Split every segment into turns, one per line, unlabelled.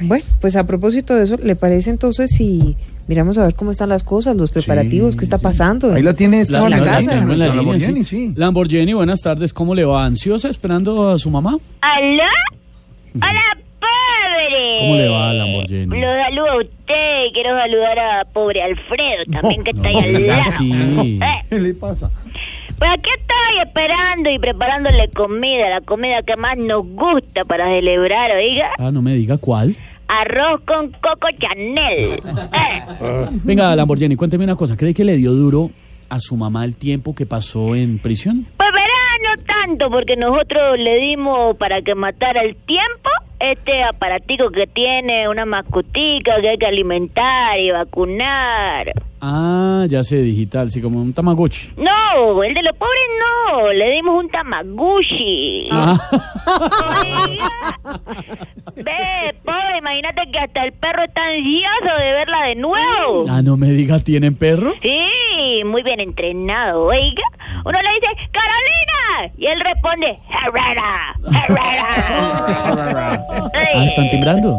Bueno, pues a propósito de eso, ¿le parece entonces si miramos a ver cómo están las cosas, los preparativos, qué está pasando?
Ahí la tiene
en
esta
la
Lamborghini,
casa.
tenemos la
La
Lamborghini,
Lamborghini,
sí.
Lamborghini, buenas tardes, ¿cómo le va? ¿Ansiosa esperando a su mamá?
¿Aló? ¡Hola, pobre!
¿Cómo le va, Lamborghini?
Lo saludo a usted y quiero saludar a pobre Alfredo también, que está ahí
no,
al lado.
sí.
Eh,
¿Qué le pasa?
pues aquí estoy esperando y preparándole comida, la comida que más nos gusta para celebrar, oiga.
Ah, no me diga cuál.
Arroz con coco Chanel. Eh,
Venga, Lamborghini, cuénteme una cosa. ¿Cree que le dio duro a su mamá el tiempo que pasó en prisión?
Pues verá, no tanto, porque nosotros le dimos para que matara el tiempo este aparatico que tiene una mascotica que hay que alimentar y vacunar.
Ah, ya sé, digital, sí, como un tamagotchi.
No, el de los pobres no, le dimos un tamaguchi.
Ah,
Oiga. Ve, pobre, imagínate que hasta el perro está ansioso de verla de nuevo.
ah, no me diga, ¿tienen perro?
Sí, muy bien entrenado, oiga. Uno le dice, Carolina, y él responde, Herrera, Herrera.
Ah, están timbrando.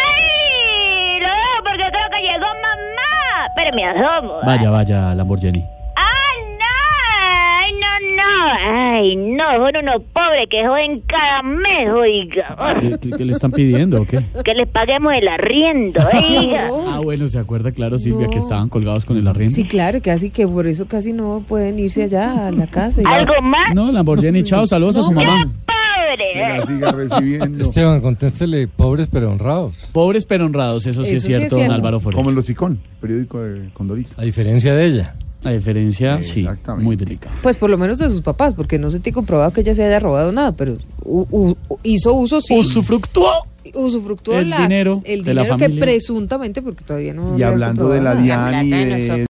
¡Ay! Lo veo porque creo que llegó mamá. Pero me asomo.
Vaya, vaya, Lamborghini.
¡Ah, no! ¡Ay, no, no! ¡Ay, no! Son unos pobres que joden cada mes, oiga.
¿Qué, qué- qué le están pidiendo o qué?
Que les paguemos el arriendo, oiga.
Oh,
Ah, bueno, se acuerda, claro, Silvia, que
No.
estaban colgados con el arriendo.
sí, claro, que así que por eso casi no pueden irse allá a la casa. y-
¿Algo más?
No, Lamborghini, chao, saludos a su
¡Qué
mamá.
Que la
pobre!
siga recibiendo.
Esteban, contéstele, pobres pero honrados.
Pobres pero honrados, eso sí
Eso
es cierto, don Álvaro Forero.
Como en los Icon, periódico de Condorito.
A diferencia de ella.
La diferencia, sí,
Exactamente.
muy delicada.
Pues por lo menos de sus papás, porque no se te ha comprobado que ella se haya robado nada, pero u- u- hizo uso, sí.
Usufructuó.
usufructuó
El
la-
dinero
el
de la
dinero que
familia.
presuntamente, porque todavía no
Y
le han
hablando
comprobado
de la
nada.
DIAN y de